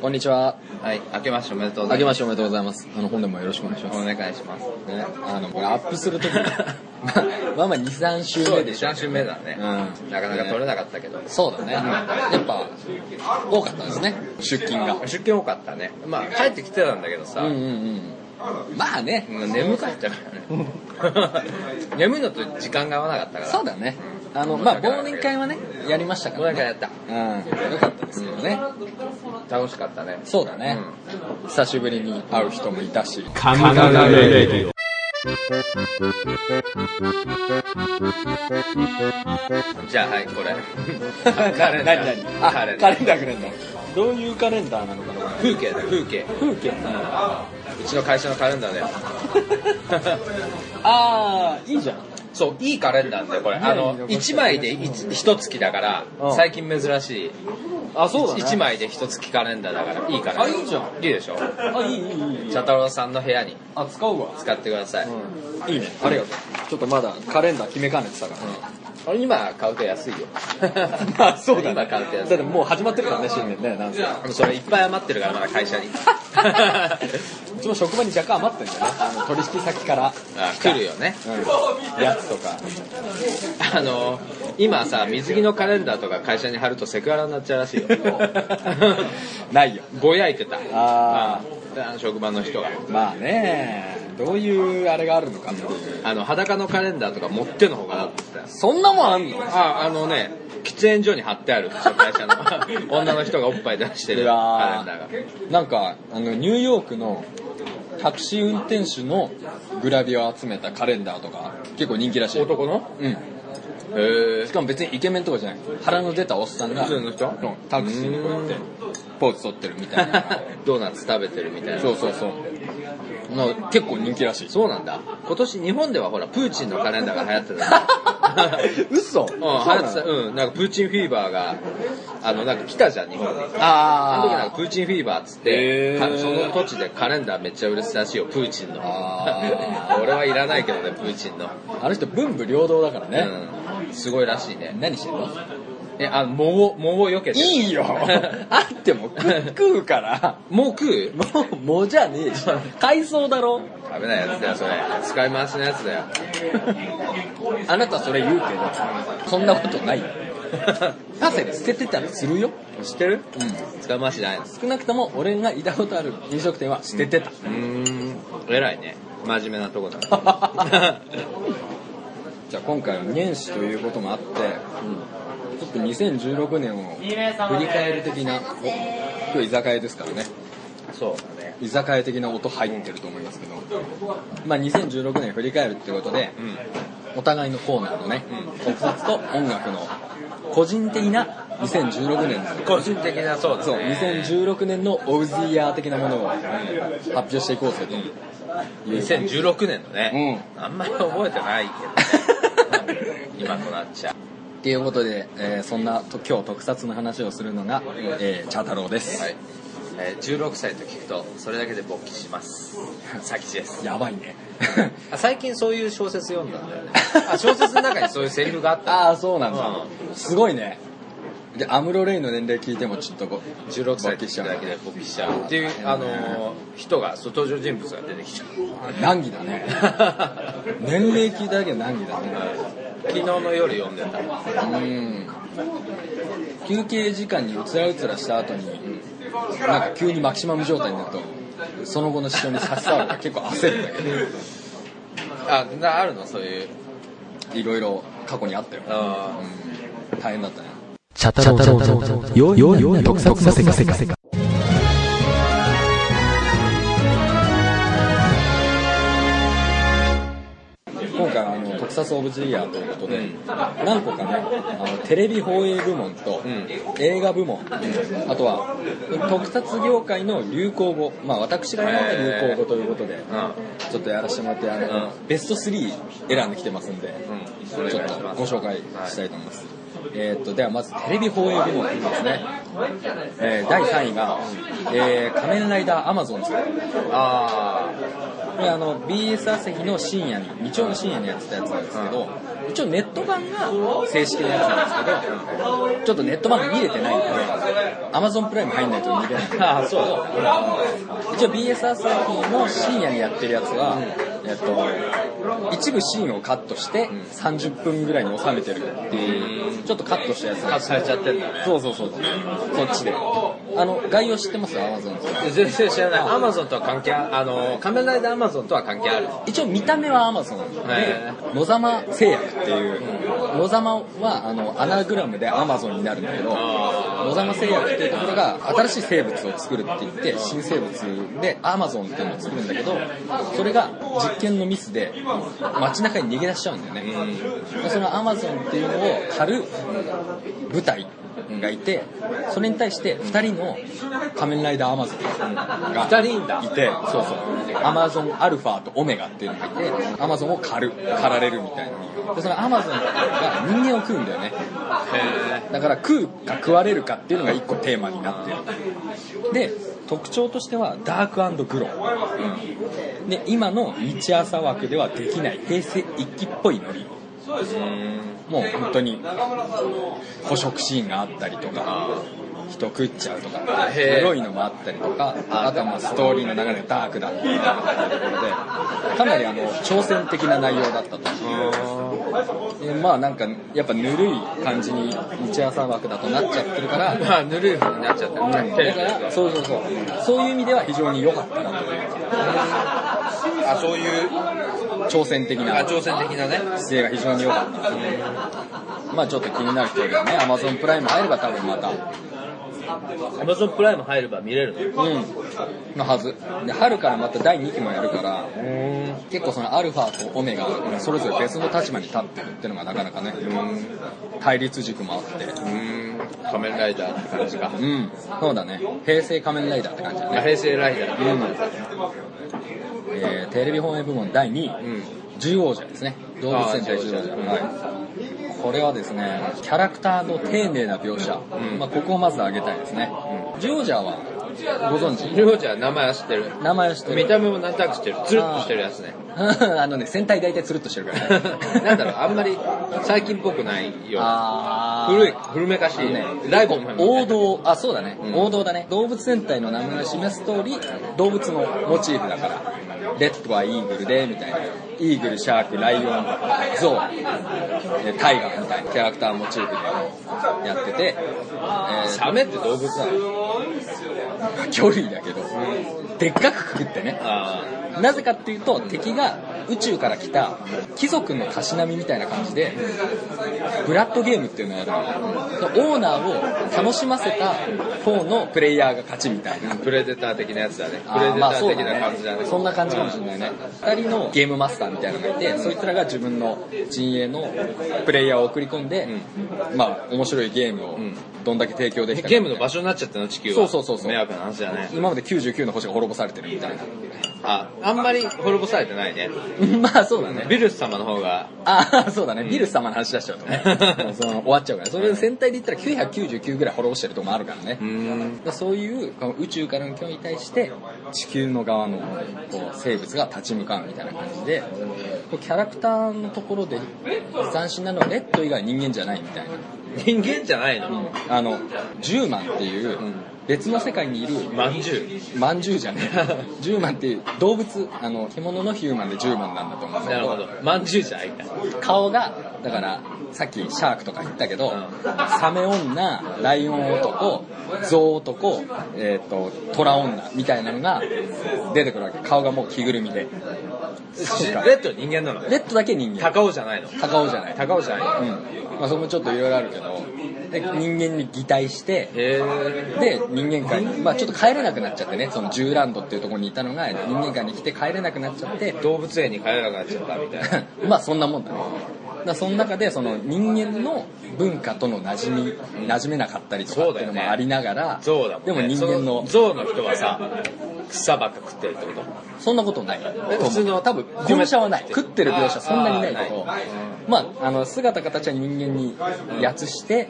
こんにちは。はい、明けましておめでとうござあいけま。ますしておめでとうございます。あの、本年もよろしくお願いします。お願いします。ね、あの、これアップするとき、ま あまあまあ2、3週そう目ででししょ。週目だね。うんなかなか取れなかったけど。そうだね。やっぱ、多かったですね。出勤が。出勤多かったね。まあ、帰ってきてたんだけどさ、うんうんうん。まあね、もう眠かった からね。眠いのと時間が合わなかったから。そうだね。あの、まあ忘年会はね、やりましたかもうらなんかね。やった。うん。よかったですけどね。楽しかったね。そうだね。久しぶりに会う人もいたし。カムカムレディじゃあ、はい、これ。 カカレンダーあ、カカレレンダンダーー、カレンダー。どういうカレンダーなのかな風景だ、風景。風景うちの会社のカレンダーだよ。あー、いいじゃん。そう、いいカレンダーだよ、これ。あの、1枚で1月だからう、ん最近珍しい。あ、そうだね。 1枚で1月カレンダーだから、いいカレンダー。あいいじゃんいいでしょあ、いい、いい、いい。茶太郎さんの部屋にあ、使うわ。使ってください。いいね。ありがとう。ちょっとまだカレンダー決めかねてたからね。。俺今買うと安いよまあそうだね。今買うと安だっいて。もう始まってるからね、新年ね、 なんせ。でもそれいっぱい余ってるからまだ会 社に。うちも職場に若干余ってんだよね。あの取引先からあ来るよね。うんやつとか。あの、今さ、水着のカレンダーとか会社に貼るとセクハラになっちゃうらしい よ。ないよ。ぼやいてた。あうんあの職場の人が。まあね、どういうあれがあるのかっていう。あの、裸のカレンダーとか持ってのほかだって言ってそんなもんあんのたよ。あ、あのね、喫煙所に貼ってある、その 会社の女の人がおっぱい出してるうカレわンダーが。ーなんかあのニューヨークのタクシー運転手のグラビアを集めたカレンダーとか結構人気らしい男のうんへえし。かも別にイケメンとかじゃない腹の出たおっさんが普通の人うんタクシーにこうやってポーズ取ってるみたいな ドーナツ食べてるみたいな。そうそうそうなんか結構人気らしいそうなんだ。今年日本ではほら、プーチンのカレンダーが流行ってた。 嘘うん、流行ってた。うん、なんかプーチンフィーバーが、あの、なんか来たじゃん、日本に。あの時なんあかプーチンフィーバーっつっへて、ーかその土地でカレンダーめっちゃ売れてたらしいよ、プーチンの。あー 俺はいらないけどね、プーチンの。ああの人文武両道だからね、うん。すごいらしいね。何してんのえ、あの、藻を、藻を避けている。い よ あっても食う食うからもう食うもう、もうじゃねえし。海藻だろ。食べないやつだよ、それ。使い回しのやつだよ。あなたそれ言うけど、そんなことないよ。パセリ捨ててたらするよ。知ってるう。使い回しじゃないの。うん少なくとも俺がいたことある飲食店は捨てて た。ーん、偉いね。真面目なとこだね。じゃあ今回は年始ということもあって、ちょっと2016年を振り返る的な、お今日居酒屋ですからね。そうだね。居酒屋的な音入ってると思いますけど、まあ2016年振り返るってことで、 うん。お互いのコーナーのね、特撮と音楽の個人的な2016年の個人的なそうだねそう2016年のオウズイヤー的なものを発表していこうぜという 2016年のね、あんまり覚えてない けど、ね、今となっちゃうっていうことで、えーそんなと今日特撮の話をするのが、えー、茶太郎です、はい、えー16歳と聞くとそれだけで勃起 します佐吉ですやばいね あ最近そういう小説読んだんだよねあ小説の中にそういうセリフが あったああそうなんだ、うすごいねでアムロ・レイの年齢聞いてもちょっとこう16歳勃と起しち聞ゃくうだけで勃起しちゃうっていう、あのー人がそう登場人物が出てき ちゃ難儀だねう年齢聞いただけで難儀だね、昨日の夜読んでたあうん休憩時間にうつらうつらした後に、なんか急にマキシマム状態になるとその後の視聴に差し障るから結構焦るんだけな あるのそういうどいろいろ過去にあったよ、あうん、大変だったねチャタロウよよよ特撮の世界。今回はあの特撮オブジェイヤーということで、何個かねあのテレビ放映部門と、ん映画部門、あとは特撮業界の流行語まあ私が選んだ流行語ということで、ーちょっとやらせてもらってあの、うベスト3選んできてますんで、うんちょっとご紹介したいと思います、えーっとではまずテレビ放映部門ですね、えー第3位が、えー仮面ライダーアマゾンズ」あ これあの BS 朝日の深夜に日曜の深夜にやってたやつなんですけど、一応ネット版が正式なやつなんですけどちょっとネット版見れてないんで Amazon プライム入んないと見れないああそう一応 BS 朝日の深夜にやってるやつは、えっと、一部シーンをカットして30分ぐらいに収めてるっていう、ちょっとカットしたやつ カットされちゃってんだねそうそうそうそっちであの概要知ってますアマゾン全然知らないアマゾンとは関係ああの仮面ライダーアマゾンとは関係ある一応見た目はアマゾンでへ野様製薬っていう野様はあのアナグラムでアマゾンになるんだけど野様製薬っていうところが新しい生物を作るって言って新生物でアマゾンっていうのを作るんだけどそれが実験のミスで街中に逃げ出しちゃうんだよねそのアマゾンっていうのを狩る部隊がいてそれに対して2人の仮面ライダーアマゾンが二人いんだいてそうそうアマゾンアルファとオメガっていうのがいてアマゾンを狩る狩られるみたいなでそのアマゾンが人間を食うんだよねだから食うか食われるかっていうのが一個テーマになってるで特徴としてはダークグロー、で今の日朝枠ではできない平成一期っぽいノリもう本当に捕食シーンがあったりとか人食っちゃうとかエへーロいのもあったりとかあとはまあストーリーの流れがダークだったりとかっていうところでかなりあの挑戦的な内容だったとえーまあなんかやっぱぬるい感じに日朝枠だとなっちゃってるからまあぬるい風になっちゃったねだからそうそうそうそういう意味では非常に良かったなというあそういう挑戦的な挑戦的なね姿勢が非常に良かったまあちょっと気になる人がね Amazon プライム入れば多分またアマゾンプライム入れば見れるのうんのはずで春からまた第2期もやるから結構そのアルファとオメガがそれぞれ別の立場に立ってるっていうのがなかなかね対立軸もあってうん仮面ライダーって感じかうんそうだね平成仮面ライダーって感じだね平成ライダーえーテレビ放映部門第2位、うん獣王者ですね動物園対獣王者あーはい、これはですねキャラクターの丁寧な描写、まあ、ここをまず挙げたいですね、獣王者はご存知りょうちゃん名前は知ってる名前を知ってる見た目もなんとなく知ってるつるっとしてるやつね あのね戦隊大体つるっとしてる からねなんだろうあんまり最近っぽくないよあー古い古めかしいねライブも王道あそうだね、うん王道だね動物戦隊の名前を示す通り動物のモチーフだからレッドはイーグルでみたいなイーグルシャークライオンゾウえタイガーみたいなキャラクターモチーフでやってて、えーサメって動物なの魚類だけど、でっかくくくってねあなぜかっていうと敵が宇宙から来た貴族のたしなみみたいな感じでブラッドゲームっていうのをやるのオーナーを楽しませた方のプレイヤーが勝ちみたいなあプレデター的なやつだねあプレーデタまあーそう的な感じだねそんな感じかもしれないね2人のゲームマスターみたいなのがいてそいつらが自分の陣営のプレイヤーを送り込んで、まあ面白いゲームをどんだけ提供できたかゲームの場所になっちゃったの地球はそうそうそうそう迷惑な話だね今まで99の星が滅ぼされてるみた いなああんまり滅ぼされてないねまあそうだねビルス様の方がああ、 そうだね。ビルス様の話出しちゃうとね。もうその終わっちゃうから。それ全体で言ったら999ぐらい滅ぼしてるとこもあるからね。だからそういうこの宇宙からの興味に対して、地球の側のこう生物が立ち向かうみたいな感じで、こうキャラクターのところで斬新なのはレッド以外人間じゃないみたいな。人間じゃないのあの、ジューマンっていう別の世界にいるまんじゅまんじゅうじゃねえ。 ジューマンっていう動物、あの、獣のヒューマンでジューマンなんだと思うんうだけなるほどまんじゅうじゃないんだ顔がだからさっきシャークとか言ったけど、サメ女ライオン男ゾウ男、えー、とトラ女みたいなのが出てくるわけ顔がもう着ぐるみでしかレッド人間なのレッドだけ人間高尾じゃないの高尾じゃない高尾じゃないうんまあ、そこもちょっといろいろあるけどで人間に擬態してへえで人間界に、まあ、ちょっと帰れなくなっちゃってねそのジューランドっていうところにいたのが人間界に来て帰れなくなっちゃって動物園に帰れなくなっちゃったみたいなまあそんなもんだね。だからその中でその人間の文化との馴染み、馴染めなかったりとかっていうのもありながら、象だもん、 でね、も人間の、象の人はさ草ばっか食ってるってことそんなことない。普通の多分、描写はない。食ってる描写そんなにないけど、まあ、あの、姿形は人間にやつして、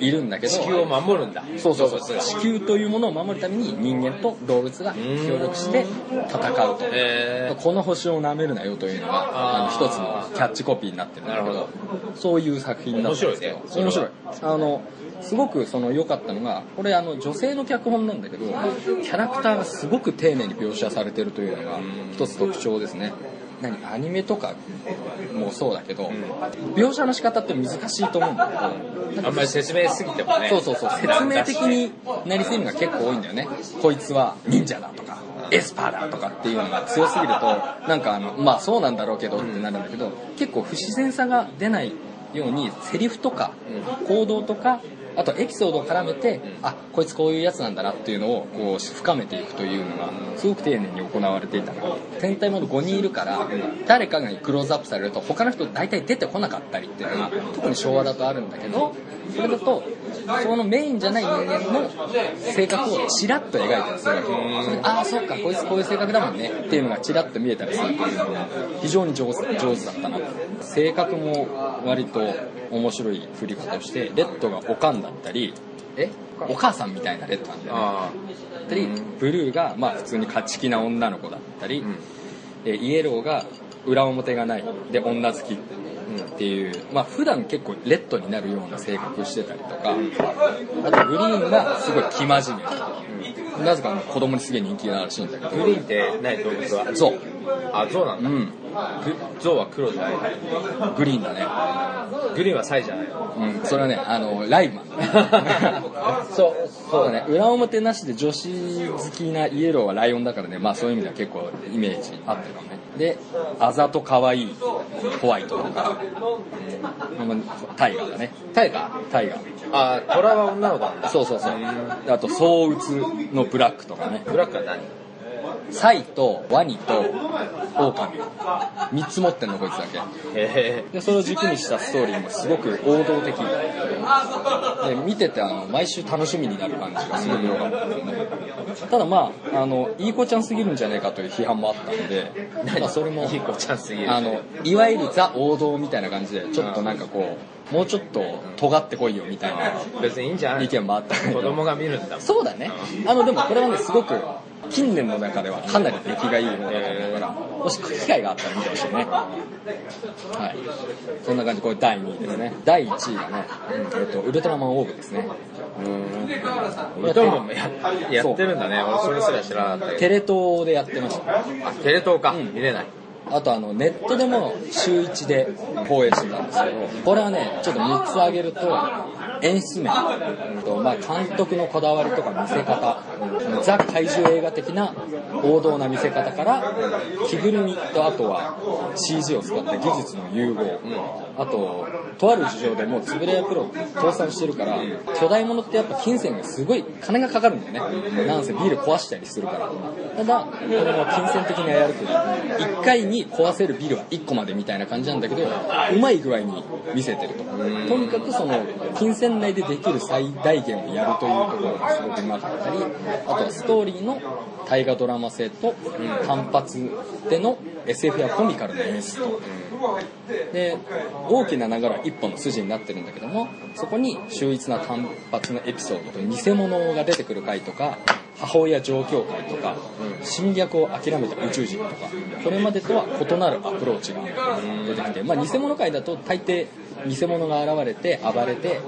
いるんだけど地球を守るんだそうそう動物そうが地球というものを守るために人間と動物が協力して戦うとへこの星を舐めるなよというのがああのー一つのキャッチコピーになってるんだけどなるそういう作品だったんですけど面白いね面白いあのすごくその良かったのがこれあの女性の脚本なんだけどキャラクターがすごく丁寧に描写されてるというのが一つ特徴ですね何アニメとかもそうだけど、描写の仕方って難しいと思うんだけどーあんまり説明しすぎてもねそうそうそう説明的になりせるのが結構多いんだよねこいつは忍者だとかエスパーだとかっていうのが強すぎるとなんかあのまあそうなんだろうけどってなるんだけど、結構不自然さが出ないようにセリフとか行動とかあとエピソードを絡めて、あこいつこういうやつなんだなっていうのをこう深めていくというのがすごく丁寧に行われていたのが戦隊もの5人いるから誰かがクローズアップされると他の人大体出てこなかったりっていうのが特に昭和だとあるんだけどそれだとそのメインじゃない人間の性格をちらっと描いたりするわけそれでああそっかこいつこういう性格だもんねっていうのがちらっと見えたりするっていうのが非常に上手上手だったな性格も割と面白い振り方をしてレッドがおかんだったりえお母さんみたいなレッドなんだよねあだったりブルーがまあ普通に勝ち気な女の子だったり、んえーイエローが裏表がないで女好きっていう、まあ普段結構レッドになるような性格してたりとかあとグリーンがすごい生真面目なぜかあの子供にすげえ人気があるらしいんだけーグリーンってない動物はどそうあゾウなんうだんゾウは黒じゃないグリーンだねグリーンはサイじゃないうん、それはね、あの、ライ ブマン。そう、そうだね。裏表なしで女子好きなイエローはライオンだからね、まあそういう意味では結構イメージ合ってるかもね。で、あざと可愛いホワイトとか、うんタイガーだね。タイガータイガー。あートラは女の子なんだそうそうそう。あと、相うつのブラックとかね。ブラックは何サイとワニとオオカミ。三つ持ってんの、こいつだけ。へでそれを軸にしたストーリーもすごく王道的で見ててあの毎週楽しみになる感じがすごく良かったですねただまああのいい子ちゃんすぎるんじゃねえかという批判もあったのでまあそれもえいい子ちゃんすぎるあのいわゆるザ王道みたいな感じでちょっとなんかこうもうちょっと尖ってこいよみたいな別にいいんじゃない意見もあったけ子ど供が見るんだもんそうだねあのでもこれはねすごく近年の中ではかなり出来がいい方だと思うからもし機会があったら見てほしいねはいそんな感じこれ第2位ですね第1位がね、えっとウルトラマンオーブですねウルトラマンもややってるんだね俺それすら知らなかったけテレ東でやってましたどあテレ東か見れないあとあのネットでも週1で放映してたんですけどこれはねちょっと3つ挙げると演出面と、まあ、監督のこだわりとか見せ方ザ怪獣映画的な王道な見せ方から着ぐるみとあとは CG を使った技術の融合、あととある事情でもう潰れ屋プロ倒産してるから巨大ものってやっぱ金銭がすごい金がかかるんだよねなんせビール壊したりするからただこれも金銭的にやるけど1回に壊せるビールは1個までみたいな感じなんだけどうまい具合に見せてるととにかくその金銭内でできる最大限をやるというところがすごくうまかったりあとはストーリーの大河ドラマ性と単発での SF やコミカルな演出とで大きな流れは一本の筋になってるんだけどもそこに秀逸な単発のエピソードと偽物が出てくる回とか母親状況回とか侵略を諦めた宇宙人とかこれまでとは異なるアプローチが出てきて、まあ、偽物回だと大抵偽物が現れて暴れて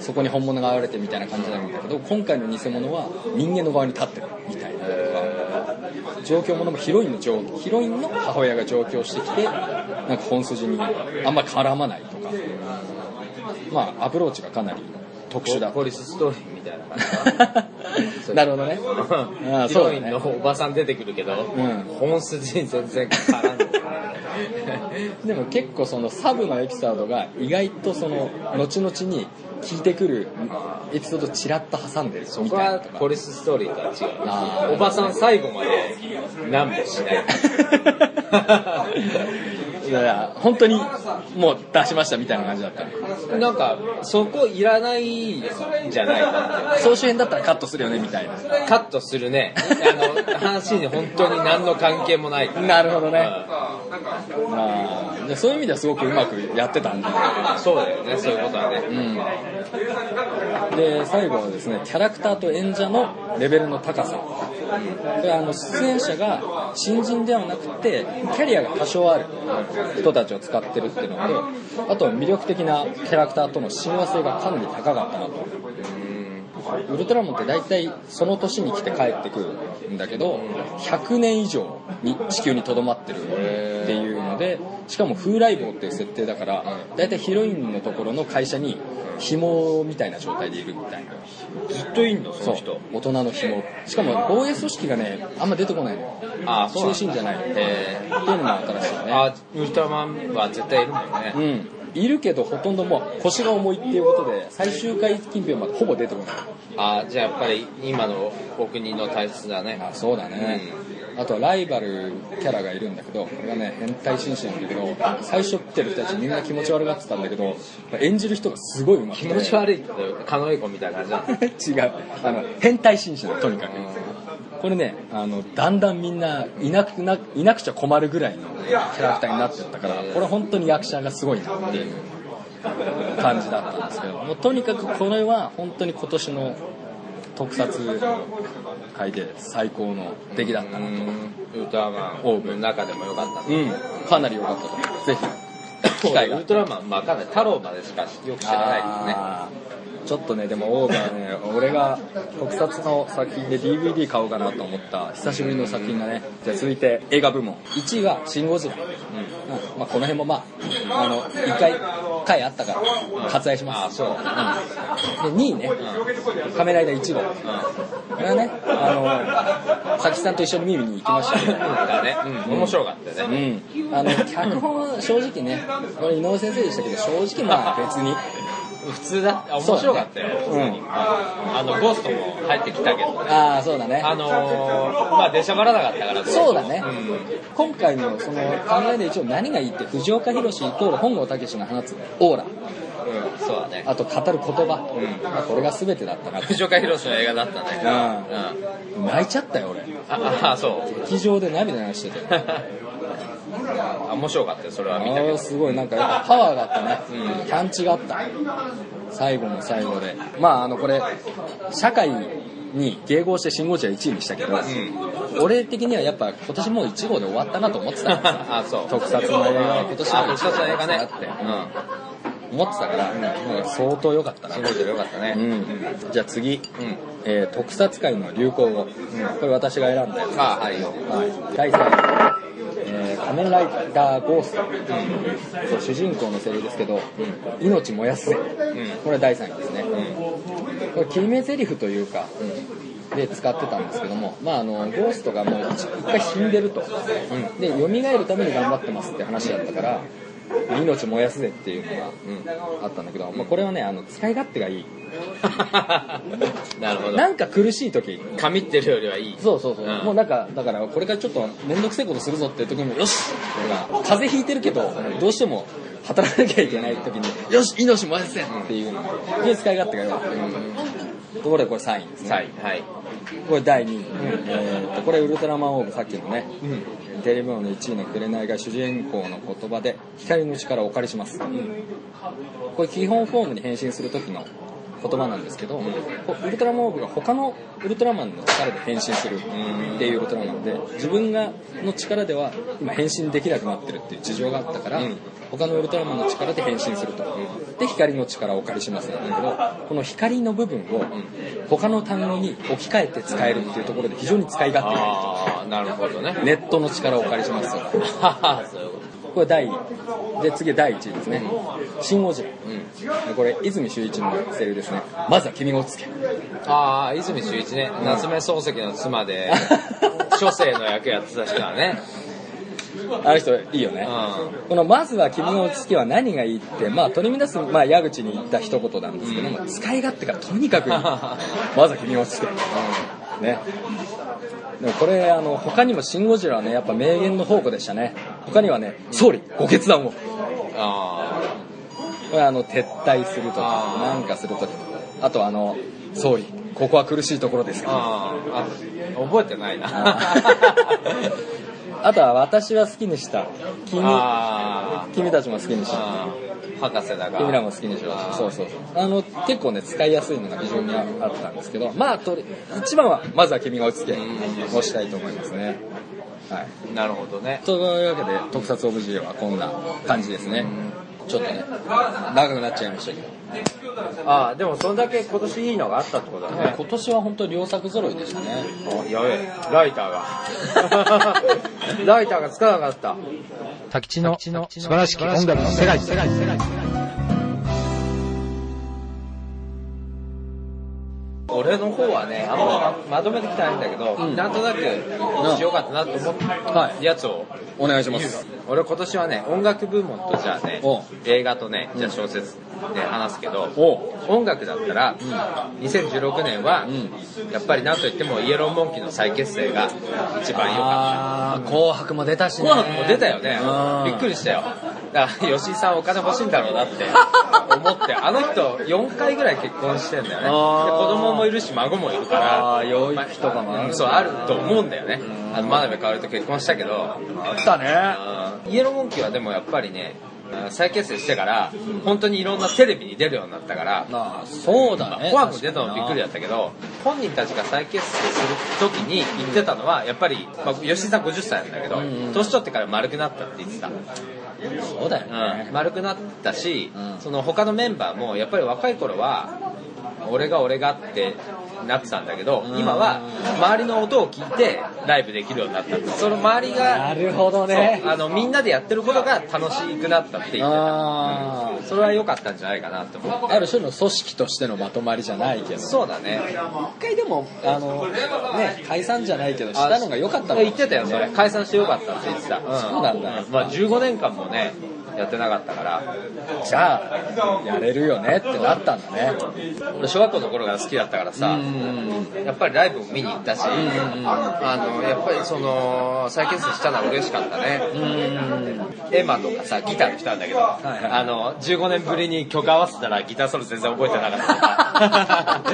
そこに本物が現れてみたいな感じになるんだけど今回の偽物は人間の側に立ってるみたいなとか。上京者もヒロインの上ヒロインの母親が上京してきてなんか本筋にあんまり絡まないとかまあアプローチがかなり特殊だポリスストーリーみたいな感 なるほどねああじヒそうロだインねのおばさん出てくるけどん本筋に全然絡んでないでも結構そのサブのエピソードが意外とその後々に聞いてくるエピソードちらっと挟んでる み僕たいはなとかポリスストーリーとはあー 違うおばさん最後まで何もしなういから本当にもう出しましたみたいな感じだったのなんかそこいらないじゃないか総集編だったらカットするよねみたいなってカットするねあの話に本当に何の関係もないからなるほどねうあーでそういう意味ではすごくうまくやってたんだんそうだよねそういうことはね、うんで最後はですねキャラクターと演者のレベルの高さこれはあの出演者が新人ではなくてキャリアが多少ある人たちを使ってるっていうのとあとは魅力的なキャラクターとの親和性がかなり高かったなとウルトラマンって大体その年に来て帰ってくるんだけど100年以上に地球にとどまってるっていうのでしかも風来坊っていう設定だから大体ヒロインのところの会社に紐みたいな状態でいるみたいなずっといんのそのそう人大人の紐しかも防衛組織がねあんま出てこないのああそうなん中心だじゃないってえいうのも新しいよねあウルトラマンは絶対いるもんねうんいるけどほとんどもう腰が重いっていうことで最終回近辺までほぼ出てこないあじゃあやっぱり今のお国の体質だねあそうだね、あとはライバルキャラがいるんだけどこれがね変態紳士なんだけど最初来てる人たちみんな気持ち悪がってたんだけど演じる人がすごいうまくて気持ち悪いってカノエコみたいな感じだ 違うあの変態紳士なのとにかくこれねあのだんだんみんないなくないなくちゃ困るぐらいのキャラクターになってったからこれ本当に役者がすごいなっていう感じだったんですけどもうとにかくこれは本当に今年の特撮界で最高の出来だったなとウルトラマンオーブの中でもよかったうん、かなり良かったと思う。ぜひ。機機会械ががウルトラマン、まあ、かなり太郎までしかよく知らないですねあーちょっとね、でもオーバーね、俺が特撮の作品で DVD 買おうかなと思った久しぶりの作品がね、じゃあ続いて映画部門。1位がシン・ゴジラ。うんまあ、この辺もまあ、あの、1回、回あったから、割愛します。あうんで、2位ね、仮面ライダー1号。これはね、あの、佐々木さんと一緒に見に行きましたけど、だね、うん、面白かったよね、うん、あの脚本は正直ねこれ井上先生でしたけど正直まあ別に普通だあ面白かったよ、そうだねうんあのゴーストも入ってきたけどねああそうだねあのー、まあ出しゃばらなかったからそうだねうん今回のその考えで一応何がいいって藤岡弘イコール本郷武が放つオーラうん、そうだねあと語る言葉、まあ、これが全てだったなって藤岡弘の映画だったねうんうん泣いちゃったよ俺ああそう 劇場で涙流しててあ面白かったよそれは見たけああどすごいなんかやっぱパワーがあったね、パンチがあった最後の最後でまああのこれ社会に迎合して信号値は1位にしたけど、俺的にはやっぱ今年もう1号で終わったなと思ってたから さ あそう特撮の映画は今年あは特撮の映画ねってう思ってたから、もう相当良かったんなすごいけどよかったうねん、じゃあ次、うんえー特撮界の流行語、これ私が選んだやつあはいよはい、第3位、えー仮面ライダーゴースト、そう主人公のセリフですけど、命燃やすぜ、これ第3位ですね、これ決めセリフというか、で使ってたんですけども、まあ、あのゴーストがもう一一回死んでると、で蘇るために頑張ってますって話だったから命燃やすぜっていうのが、あったんだけど、まあ、これはねあの使い勝手がいい なるほどなんか苦しい時神ってるよりはいいそうそうそう、うんもうなんかだからこれからちょっと面倒くせえことするぞっていう時にもよしとか風邪ひいてるけどどうしても働かなきゃいけない時によし命燃やせっていうので使い勝手が良かった、ところでこれ3位ですねはいはいこれ第2位、えーとこれウルトラマンオーブさっきのね、テレビ部門の1位の紅が主人公の言葉で光の力をお借りします、これ基本フォームに変身する時の言葉なんですけど、こうウルトラマンオーブが他のウルトラマンの力で変身するっていうことなので自分がの力では今変身できなくなってるっていう事情があったから、他のウルトラマンの力で変身すると、で光の力をお借りしますなんだけどこの光の部分を他の単語に置き換えて使えるっていうところで非常に使い勝手がいいああなるほどねネットの力をお借りしますとかああそういうここれ第1位で次第1位ですね「シン・ゴジラ」これ泉秀一のセリフですね「まずは君をつけ」 とああ泉秀一ね夏目漱石の妻で 初世の役やってた人はねあの人いいよね、うこの「まずは君のつけ」は何がいいって、まあ、取り乱す、まあ、矢 口に言った一言なんですけども、使い勝手がとにかくいいまずは君のつけ、ねでもこれあの他にも「シン・ゴジラ」はねやっぱ名言の宝庫でしたね他にはね「総理ご決断を」あこれあの撤退するとかあーなんかするときあとあの「総理ここは苦しいところですー があーあ覚えてないな あーあとは「私は好きにした」君あ「君たちも好きにした」あー博士だが君らも好きにしよあうーそうそうそうあの結構ね使いやすいのが非常にあったんですけどまあとり一番はまずは君が落ち着けうんをしたいと思いますねはいなるほどねというわけで特撮オブジェはこんな感じですねちょっとね長くなっちゃいましたけどああでもそんだけ今年いいのがあったってことだね今年は本当両作揃いでしたねあやべえライター がライターがつかなかった滝地の素晴らしき音楽の世界。俺の方はねあんままとめてきてないんだけど、んなんとなくしようかったなと思ったやつをお願いします俺今年はね音楽部門とじゃあねおう映画とねじゃあ小説で話すけど、お音楽だったら、2016年は、やっぱりなんといってもイエローモンキーの再結成が一番良かった。あー紅白も出たしね紅白も出たよねうん。びっくりしたよ。だから、吉井さんお金欲しいんだろうなって 思って、あの人4回ぐらい結婚してんだよね。であ子ー供もいるし、孫もいるかあらー、養育とかもあるうんそう、あると思うんだよね。あの、真鍋かおると結婚したけど、あったねイエローモンキーはでもやっぱりね、再結成してから、本当にいろんなテレビに出るようになったから、あーそうだね紅白出たのびっくりだったけど、本人たちが再結成する時に言ってたのは、やっぱり、まあ、吉井さん50歳なんだけど、んうん年取ってから丸くなったって言ってた。そうだよね丸くなったし、うんその他のメンバーもやっぱり若い頃は俺が俺がってなってたんだけど、うん今は周りの音を聞いてライブできるようになったってその周りながるほどねそうあのみんなでやってることが楽しくなったって言ってあーたそれは良かったんじゃないかなって思うある種の組織としてのまとまりじゃないけどそうだね一回でもあの、ね、解散じゃないけどしたのが良かったのかも言ってたよそれ解散して良かったって言ってた、そうなんだまあ、15年間もねやってなかったからじゃあやれるよねってなったんだね俺小学校の頃が好きだったからさ、やっぱりライブも見に行ったし、あのやっぱりその再結成したのは嬉しかったね、エマとかさギターの人なんだけど、いはいあの15年ぶりに曲合わせたらギターソロ全然覚えてな かったとか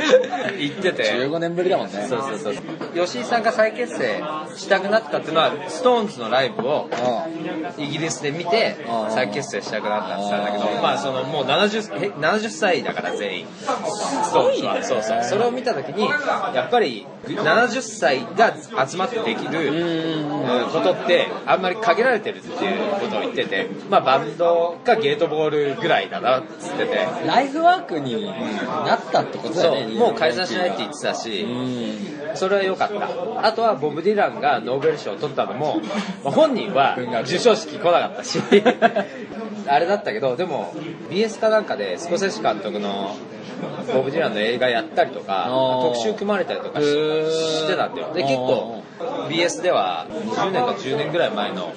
言ってて15年ぶりだもんねそうそうそう吉井さんが再結成したくなったっていうのは SixTONES のライブをうイギリスで見てあー再結成したくなったって言ってたんだけあーどまあそのもう 70, え70歳だから全員そうそうそうそれを見た時にやっぱり70歳が集まってできるうんことってあんまり限られてるっていうことを言っててまあバンドかゲートボールぐらいだなっつっててんライフワークになったってことだそようねもう解散しないって言ってたしそれは良かったあとはボブ・ディランがノーベル賞を取ったのもまあ本人は授賞式来なかったし あれだったけどでも BS かなんかでスコセッシ監督のボブ・ディランの映画やったりとかあー特集組まれたりとかへしーしてたんだよで結構 BS では20年か10年ぐらい前の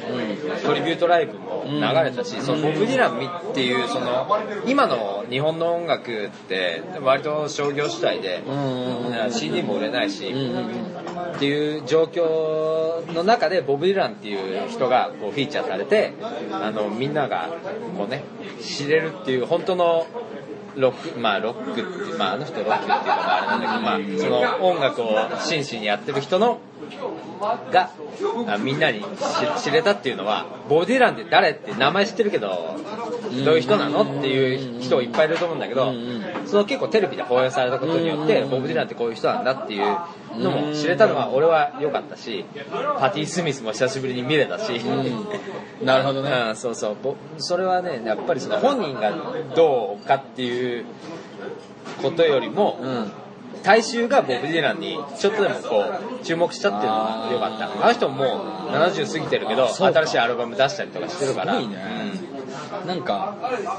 トリビュートライブも流れたし、そのボブ・ディランみっていうその今の日本の音楽って割と商業主体で、う CD も売れないし、んうんっていう状況の中でボブ・ディランっていう人がこうフィーチャーされてあのみんながこうね知れるっていう本当のロックまあロックっていうまああの人ロックっていうのがあれなんだけど、まあ、その音楽を真摯にやってる人のがあみんなに知知れたっていうのはボブ・ディランって誰って名前知ってるけどどういう人なのっていう人いっぱいいると思うんだけどその結構テレビで放映されたことによってボブ・ディランってこういう人なんだっていうのも知れたのは俺は良かったしパティ・スミスも久しぶりに見れたし。なるほどねうん、そうそうぼそれはねやっぱりその本人がどうかっていうことよりも、うん大衆がボブ・ディランにちょっとでもこう注目したっていうのが良かったあの人ももう70過ぎてるけどそうか新しいアルバム出したりとかしてるからすごいねなんか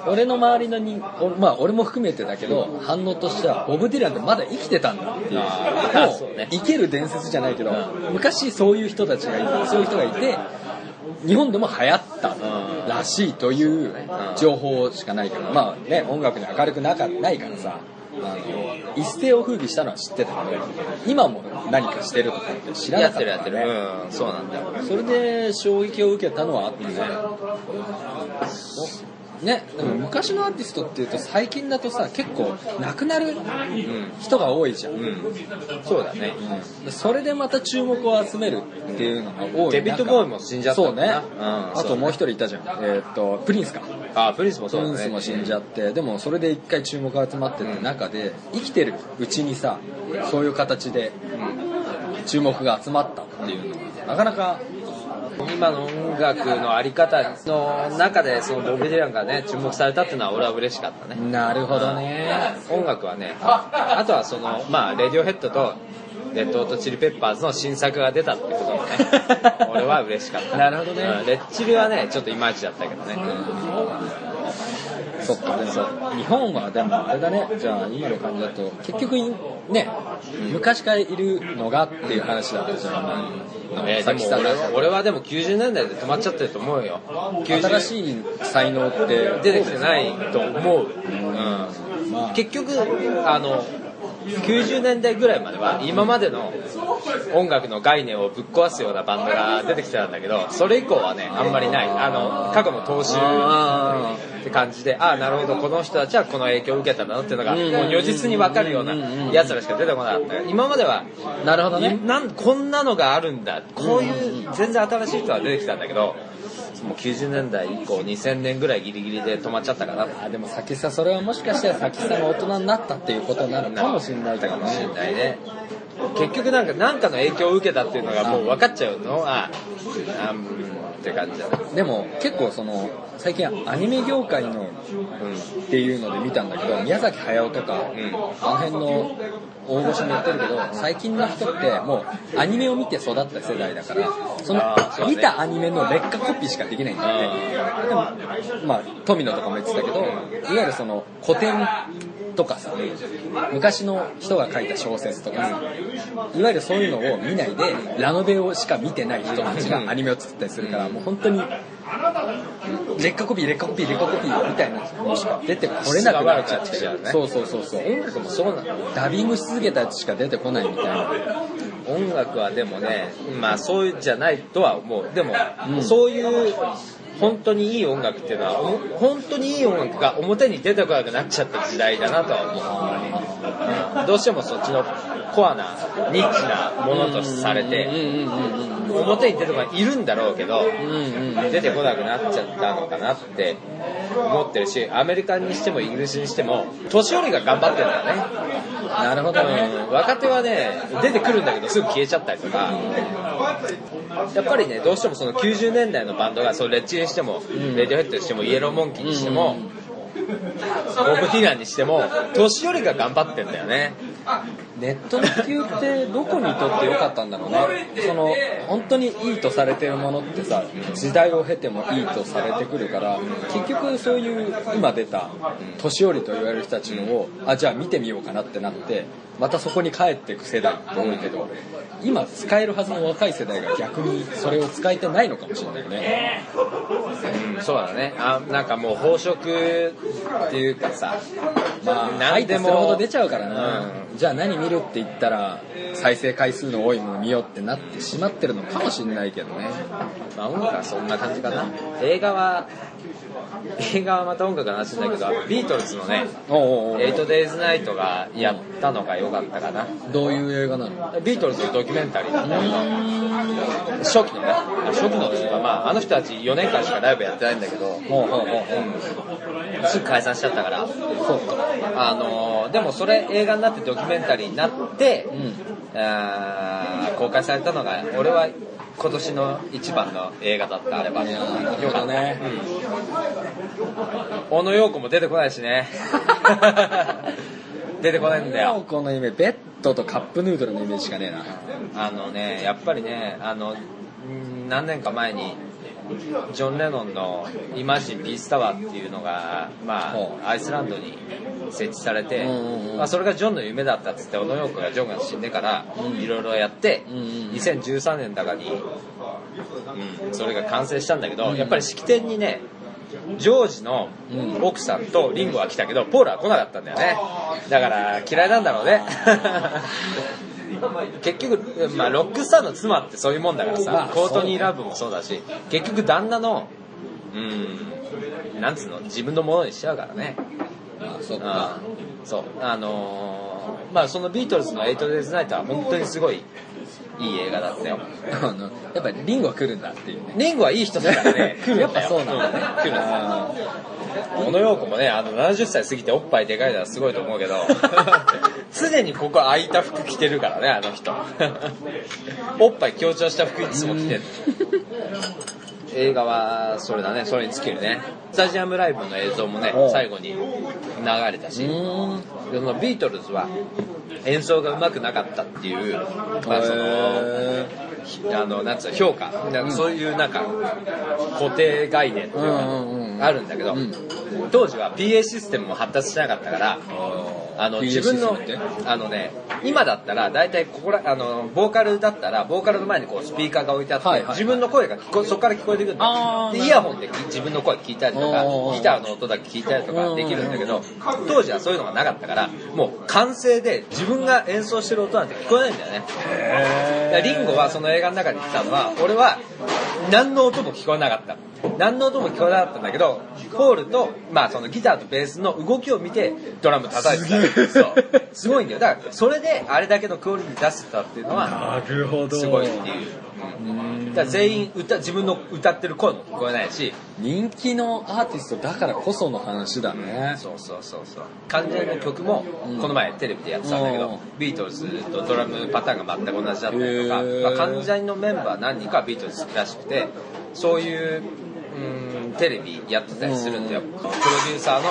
俺の周りのに俺,、まあ、俺も含めてだけど反応としてはボブ・ディランってまだ生きてたんだっていうあーもうそうね生ける伝説じゃないけど昔そういう人たちがいてそういう人がいて日本でも流行ったんらしいといううん情報しかないからまあね音楽に明るくなかないからさあの一世を風靡したのは知ってたけど今も何かしてるとかって知らやなっかてっるやったてんるで、うんそうなんだよそれで衝撃を受けたのはあってねね、でも昔のアーティストっていうと最近だとさ結構亡くなるうん人が多いじゃん、うんそうだねでそれでまた注目を集めるっていうのが多い中デビッドボーイも死んじゃったそもうんなね、うんあともう一人いたじゃんえーっとプリンスかあプリンスもプそうリだねンスも死んじゃってでもそれで一回注目が集まってる中で生きてるうちにさそういう形で注目が集まったっていうのはなかなか今の音楽のあり方の中でそのボビー・ディランがね注目されたっていうのは俺は嬉しかったねなるほどね音楽はねあとはそのまあレディオヘッドとレッドオートチリペッパーズの新作が出たってこともね 俺は嬉しかったなるほどねうんレッチリはねちょっといまいちだったけどね、そっかでも日本はでもあれだねじゃあ今の感じだと結局いね昔からいるのがっていう話だったじゃん、えーでさっきもさ俺は俺はでも90年代で止まっちゃってると思うよ90新しい才能って出てきてないと思う、うんまあ結局あの90年代ぐらいまでは今までの音楽の概念をぶっ壊すようなバンドが出てきてたんだけどそれ以降はねあんまりないあの過去の踏襲あって感じでああなるほどこの人たちはこの影響を受けたんだなっていうのがうんもう如実に分かるようなうんうんうんやつらしか出てこなかった今まではなるほどねいなんこんなのがあるんだこういう全然新しい人は出てきたんだけどもう90年代以降2000年ぐらいギリギリで止まっちゃったかなあでも先さそれはもしかしたら先さが大人になったっていうことなのかもしれないけどかもしれねないね結局なんか何かの影響を受けたっていうのがもう分かっちゃうのああうんって感じだねでも結構その最近アニメ業界のうっていうので見たんだけど宮崎駿とか、んあの辺の大御所もやってるけど最近の人ってもうアニメを見て育った世代だからそのあーそうだね見たアニメの劣化コピーしかできないんだよねまあ、富野とかも言ってたけど、いわゆるその古典とかさ、昔の人が書いた小説とかさ、いわゆるそういうのを見ないで、ラノベをしか見てない人たちがアニメを作ったりするから、もう本当に、劣化コピー、劣化コピー、劣化コピーみたいなのしか出てこれなくなっちゃっ質が悪くなっちゃうて、ねそうそうそうそう、音楽もそうなのダビングし続けたやつしか出てこないみたいな。音楽はでもね、まあそういうじゃないとは思う。でも、そういう、本当にいい音楽っていうのは、お本当にいい音楽が表に出てこなくなっちゃった時代だなとは思う。どうしてもそっちのコアな、ニッチなものとされうんて、うんうんうんうん表に出てこない、いるんだろうけど、うんうん出てこなくなっちゃったのかなって思ってるし、アメリカにしてもイギリスにしても、年寄りが頑張ってるんだよね。なるほどね。うん若手はね出てくるんだけどすぐ消えちゃったりとかやっぱりねどうしてもその90年代のバンドがそうレッチリにしても、レディオヘッドにしてもイエローモンキーにしても、ボブ・ディランにしても年寄りが頑張ってんだよねネットの普及ってどこにとって良かったんだろうね。その、本当にいいとされてるものってさ、時代を経てもいいとされてくるから、結局そういう今出た年寄りと言われる人たちのを、あ、じゃあ見てみようかなってなって、またそこに帰っていく世代って多いけど、今使えるはずの若い世代が逆にそれを使えてないのかもしれないよね。うんそうだねあなんかもう飽食っていうかさまあ、何何ででももほど出ちゃうからな、うじゃあ何見るって言ったら再生回数の多いもの見ようってなってしまってるのかもしれないけどねまあ音楽はそんな感じかな映画は映画はまた音楽の話だけどビートルズのねおうおうおう 8days ナイトがやったのが良かったかなどういう映画なのビートルズのドキュメンタリーなんだけど初期のね初期のというか、まあ、あの人たち4年間しかライブやってないんだけどほうほうほうすぐ解散しちゃったからそうかあのーでもそれ映画になってドキュメンタリーになって、うんあー公開されたのが俺は今年の一番の映画だったあれはあのよかったね小野陽子も出てこないしね出てこないんだよ女の子の夢ベッドとカップヌードルのイメージしかねえなあのね、やっぱりね、あの、ん何年か前に、ジョン・レノンのイマジン・ピース・タワーっていうのが、まほうあ、アイスランドに設置されて、うんうんうんまあ、それがジョンの夢だったっつって、小野洋子がジョンが死んでから、いろいろやって、うんうん2013年だかに、うんそれが完成したんだけど、やっぱり式典にね、ジョージのうん奥さんとリンゴは来たけどポールは来なかったんだよねだから嫌いなんだろ うね結局、まあ、ロックスターの妻ってそういうもんだからさ、まあコートニー・ラブもそうだし結局旦那のうんなんつうの自分のものにしちゃうからねあそっかああそうあのーまあそのビートルズの「8 Days Night」は本当にすごいいい映画だったよ あのやっぱりリンゴは来るんだっていうねリンゴはいい人だからね 来るんだよやっぱそうなんだね来るんだよ小野陽子もねあの70歳過ぎておっぱいでかいのはすごいと思うけ ど常にここ空いた服着てるからねあの 人おっぱい強調した服いつも着てる映画はそれだねそれに尽きるねスタジアムライブの映像もねおう最後に流れたしうんそのビートルズは演奏が上手くなかったっていう、まあ、そへのひあのなんつうの評価なんかそういうなんか固定概念っていううんうんうんのがあるんだけど、うん当時は PA システムも発達しなかったからあの PA 自分のシステムっあのね今だったら大体ここらあのボーカルだったらボーカルの前にこうスピーカーが置いてあって、はいはいはい自分の声が聞こそこから聞こえてくるんあだーでなるほどイヤホンで聞自分の声聞いたりとかおーおーおーギターの音だけ聞いたりとかできるんだけど当時はそういうのがなかったからもう完成で自分が演奏してる音なんて聞こえないんだよねだからリンゴはその映画の中で言ってたのは俺は何の音も聞こえなかった何の音も聞こえなかったんだけどポールと、まあ、そのギターとベースの動きを見てドラム叩いてたすげえそうすごいんだよだからそれであれだけのクオリティ出してたっていうのはなるほすごいっていう、うんだから全員歌自分の歌ってる声も聞こえないし人気のアーティストだからこその話だね、そうそうそうそう完全の曲もうんこの前テレビでやってたんだけど、うんビートルズとドラムパターンが全く同じだったりとか、へーまあ、関ジャニのメンバー何人かはビートルズ好きらしくてそういううんテレビやってたりするんだよ、うんプロデューサーの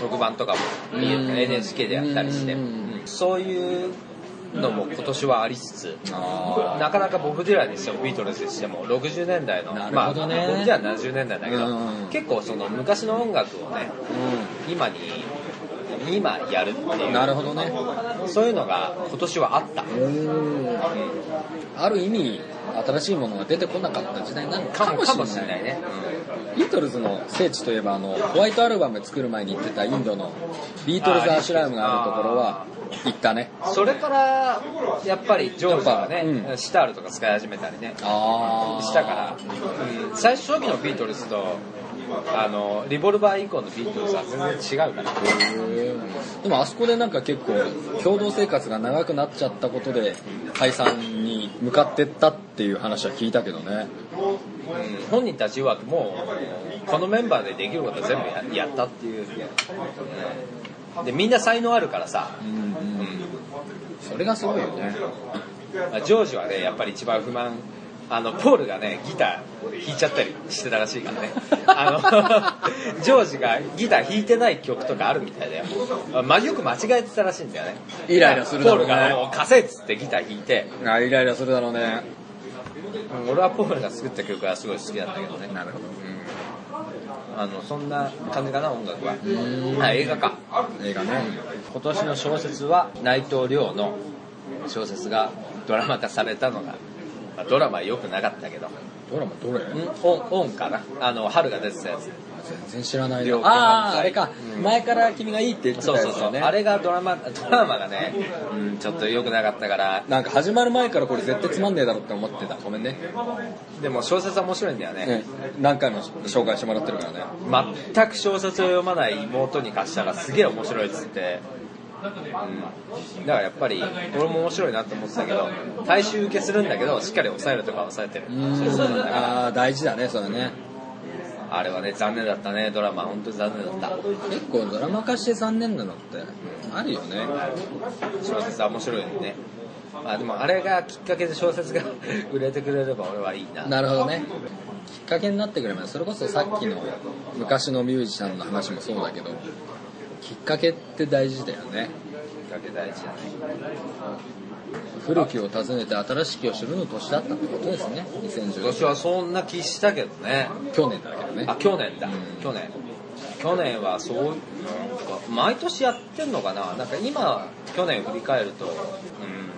特番とかも見えうるん NHK でやったりして、うんうんそういうのも今年はありつつあなかなかボブ・ディランにしてもビートルズにしても60年代のなるほどねまあ、ボブ・ディランは70年代だけど、うん結構その昔の音楽をねあう今に今やるっていんうなるほどねそういうのが今年はあったうんある意味新しいものが出てこなかった時代なのかもしれないねビートルズの聖地といえばあのホワイトアルバム作る前に行ってたインドのビートルズアシュラムがあるところは行ったねそれからやっぱりジョージがねやっぱうシタールとか使い始めたりねあしたから、うん最初期のビートルズとあのリボルバー以降のビートルズは全然違うからでもあそこでなんか結構共同生活が長くなっちゃったことで解散に向かってったっていう話は聞いたけどね本人たちはもうこのメンバーでできることは全部ややったっていう、うんでみんな才能あるからさ、うんうんそれがすごいよねまあジョージはねやっぱり一番不満あのポールがねギター弾いちゃったりしてたらしいからねあの ジョージがギター弾いてない曲とかあるみたいだよ、まあ、よく間違えてたらしいんだよねイライラするだろうねポールがもう稼いっつってギター弾いてあイライラするだろうねうん俺はポールが作った曲がすごい好きなんだけどねなるほど、うん、あのそんな感じかな音楽はあ映画か映画ね今年の小説は内藤亮の小説がドラマ化されたのが、まあドラマは良くなかったけどドラマどれんオンオンかなあの春が出てたやつ全然知らない了よ解あああれか、うん前から君がいいって言ってたそうやつそうそう、よねあれがドラマドラマがね、うん、ちょっと良くなかったからなんか始まる前からこれ絶対つまんねえだろって思ってたごめんね、でも小説は面白いんだよね、ね何回も紹介してもらってるからね全く小説を読まない妹に貸したらすげえ面白いっつって、うん、だからやっぱり俺も面白いなって思ってたけど大衆受けするんだけどしっかり抑えるとかは抑えてるうん小説なんだからああ大事だねそれねあれはね残念だったねドラマ本当に残念だった結構ドラマ化して残念なのってあるよね小説は面白いよねあでもあれがきっかけで小説が 売れてくれれば俺はいいななるほどねきっかけになってくればそれこそさっきの昔のミュージシャンの話もそうだけどきっかけって大事だよねきっかけ大事じゃない古きを訪ねて新しきを知るの年だったってことですね今2010年はそんな気したけどね去年だけどねあ去年だうん去年去年はそうなんか毎年やってんのかななんか今去年振り返ると、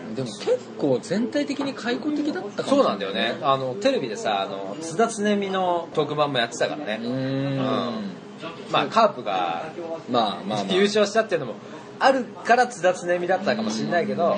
うん、でも結構全体的に開口的だったかもそうなんだよねあのテレビでさあの津田恒美の特番もやってたからねうーんまあカープがまあまあまあ優勝したっていうのもあるから津田恒美だったかもしれないけど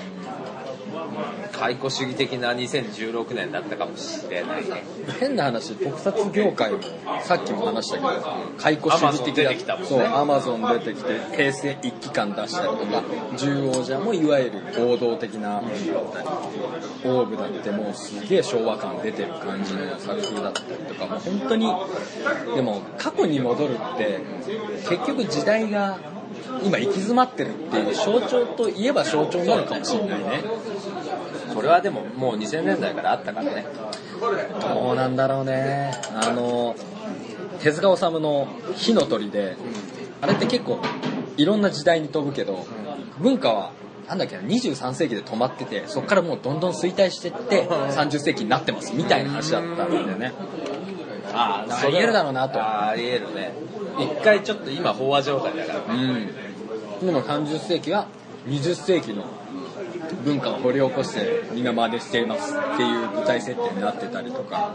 解雇主義的な2016年だったかもしれないね変な話特撮業界もさっきも話したけど解雇主義 Amazon 的出てきたもんねそうアマゾン出てきて平成一期間出したりとか十王者もいわゆる王道的なオーブだってもうすげえ昭和感出てる感じの作品だったりとかもう本当にでも過去に戻るって結局時代が今行き詰まってるっていう象徴といえば象徴なのかもしれないねこれはでももう2000年代からあったからねどうなんだろうねあの手塚治虫の「火の鳥で」あれって結構いろんな時代に飛ぶけど文化はなんだっけな23世紀で止まっててそこからもうどんどん衰退してって30世紀になってますみたいな話だったんだよねあありえるだろうなとありえるね一回ちょっと今飽和状態だからうんでも30世紀は20世紀の文化を掘り起こしてみんな真似していますっていう舞台設定になってたりとか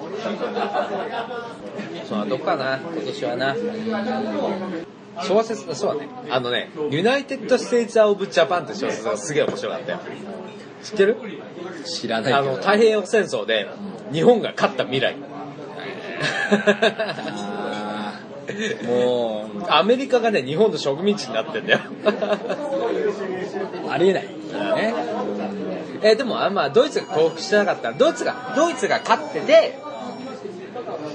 そのどこかな今年はな小説そうだねあのね「ユナイテッド・ステイツ・オブ・ジャパン」って小説がすげえ面白かったよ知ってる知らないあけのど太平洋戦争で日本が勝った未来あーもうアメリカがね日本の植民地になってんだよ ありえない、ね、えでもあまあドイツが降伏してなかったらドイツがドイツが勝ってで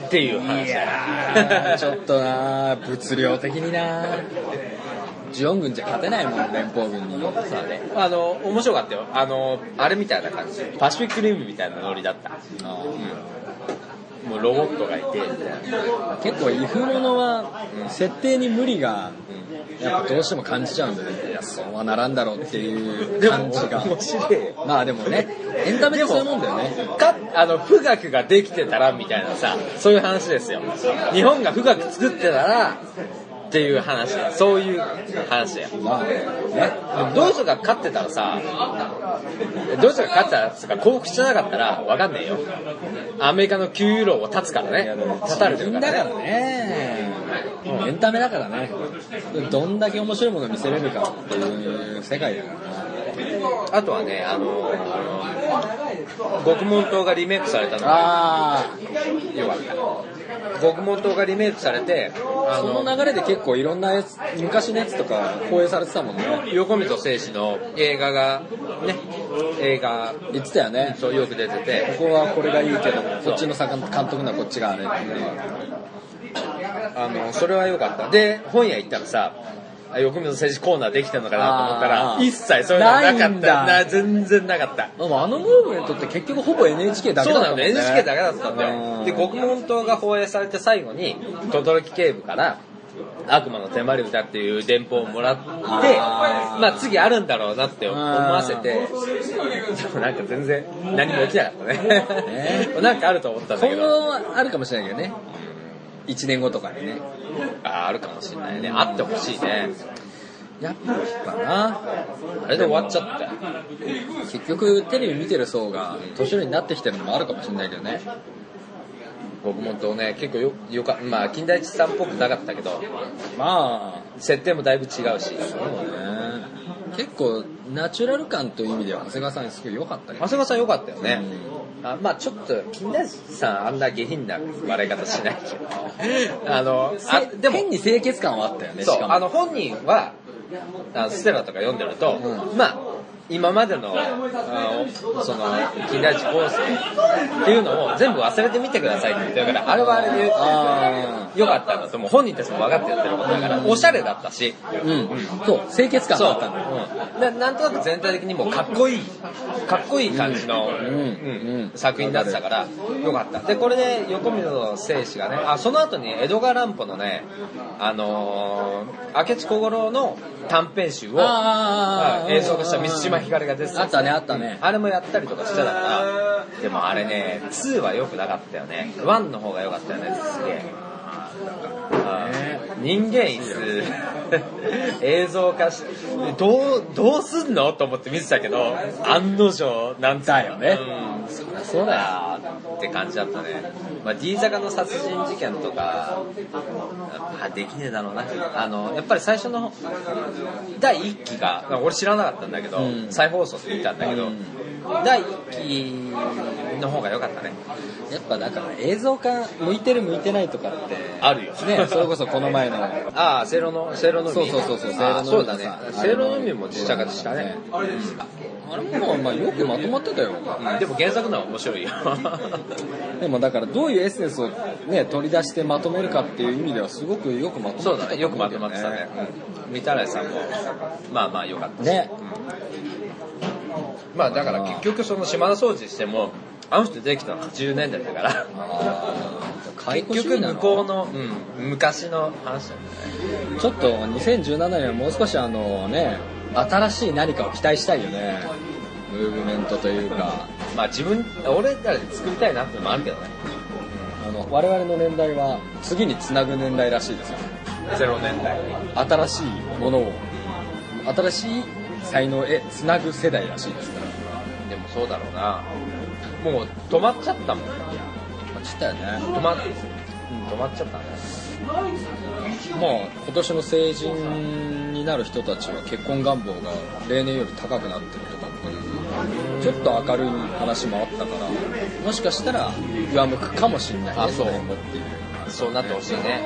っていう話だ よちょっとな物量的になジオン軍じゃ勝てないもん連邦軍にそうだねあの面白かったよあのあれみたいな感じパシフィックリムみたいなノリだったもうロボットがいてみたいな結構イフものは設定に無理がやっぱどうしても感じちゃうんだよねいやそうはならんだろうっていう感じが面白いよまあでもねエンタメってそういうもんだよねかあの富岳ができてたらみたいなさそういう話ですよ日本が富岳作ってたらっていう話だよそういう話だよまあねでもドイツが勝ってたらさドイツが勝ってたらつうか降伏してなかったら分かんねえよアメリカの9ユーロを断つからね断たれてるかだかららねね、エンタメだからね、どんだけ面白いもの見せれるかっていう世界だからあとはねあの獄門島がリメイクされたのがあよかった獄門島がリメイクされてあそのの流れで結構いろんなやつ、昔のやつとか放映されてたもんね。横溝正史の映画がね映画言ってたよね。そうよく出てこてこはこれがいいけど、こっちのさ監督のはこっちがあれっていうあのそれは良かったで本屋行ったらさあ横溝正史コーナーできてるのかなと思ったあらー一切そういうのなかったないんだな全然なかったでもあのムーブメントって結局ほぼ NHK だけそだうったもなんのね。 NHK だけだったんだうよんで獄門島が放映されて最後に轟警部から悪魔の手まり歌っていう電報をもらって、あまあ次あるんだろうなって思わせて、うでもなんか全然何も起きなかったね。 なんかあると思ったんだけ今ど、後はあるかもしれないけどね。1年後とかにね。ああるかもしれないね。あってほしいね。やっぱな。あれで終わっちゃったよ。結局テレビ見てる層が年寄りになってきてるのもあるかもしれないけどね獄門島ね、結構よ、よか、まあ金田一さんっぽくなかったけど、ま設定もだいぶ違うし。あね結構ナチュラル感という意味では長谷川さんすごい良かったけ長ど谷川さん良かったよね。あまあちょっと、金田一さんあんな下品な笑い方しないけど。あの、あせでも、変に清潔感はあったよねそうし、かもあの本人は、あのステラとか読んでると、うまあ、今までの、あのその、金田一光介っていうのを全部忘れてみてくださいって言ってるから、あれはあれであ良かったんだと、もう本人たちも分かってやってることだから、おしゃれだったし、ーうんそう清潔感そがうあったんだよ、うんななんとなく全体的にもうかっこいいかっこいい感じの、んうん作品になってたからよかったでこれで横溝正史がねあその後に江戸川乱歩のねあのー明智小五郎の短編集をあーあーあーあーはい映像化した満島ひかりが出てあったねあったねあれもやったりとかしてたからでもあれね2は良くなかったよね1の方が良かったよねすげえあー人間椅子映像化しどうどうすんのと思って見てたけど案の定なんつうのだよねうんそりゃそうだよって感じだったね、まあ、D 坂の殺人事件とかあできねえだろうなあのやっぱり最初の第1期が俺知らなかったんだけど、うん再放送で見たんだけど、うん第1期の方が良かったねやっぱだから映像化向いてる向いてないとかってあるよ ねそれこそこの前のああ、せいろの、せいろの海。そうそうそうそうああせいろの海そうだねさ。せいろの海も実写化でしたね。あれもまあよくまとまってたようんでも原作のは面白 いよ。でもだからどういうエッセンスをね取り出してまとめるかっていう意味ではすごくよくまとまってたそうだね、よくまとまってたね。うん御手洗さんも、まあまあ良かったし。ねまあだから結局その島田掃除しても、あの人出てきたのは80年代だから。結 結局向こうの、うん、昔の話だよね。ちょっと2017年はもう少しあのね新しい何かを期待したいよねムーブメントというかまあ自分、俺らで作りたいなってのもあるけどね。あの我々の年代は次につなぐ年代らしいですよ0年代。新しいものを新しい才能へつなぐ世代らしいですからでもそうだろうな。もう止まっちゃったもん。ちょっとよね止まっ、うん、止まっちゃったね。まあ今年の成人になる人たちは結婚願望が例年より高くなってるとかっていうちょっと明るい話もあったからもしかしたら上向くかもしれないねあそう年後っていうそうなってほしいね。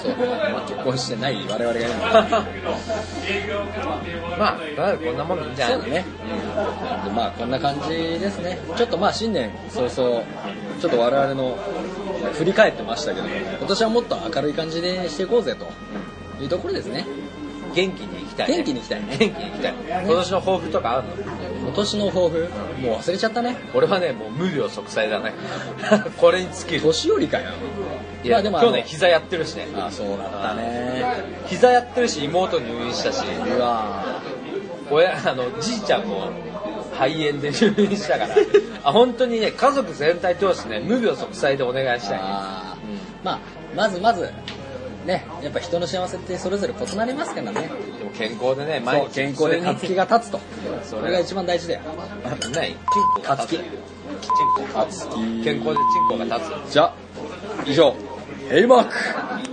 そう、まあ、結婚してない我々が言うのまはあ、まあこんなもんでいいんじゃないそうだね、うん、まあこんな感じですねちょっとまあ新年早々ちょっと我々の振り返ってましたけども今年はもっと明るい感じでしていこうぜというところですね元気に行きたい、ね。元気に行きたいね元気に行きたい。今年の抱負とかあるの今年の抱負もう忘れちゃったね俺はね、もう無病息災だね。 これに尽きる。年寄りかよいや、でもあの去年膝やってるしね。あそうだったね膝やってるし、妹入院したし、うわ親、 あの、じいちゃんも肺炎で入院したから。あ、本当にね、家族全体通してね、無病息災でお願いしたいね。あー、まあまずまずねやっぱ人の幸せってそれぞれ異なりますからねでも健康でね、毎そう日健康で普活通気にが立つとそそれれが一番大事だよない勝つ気チンコが立つ勝つ気健康でチンコが立つじゃあ以上ヘイマーク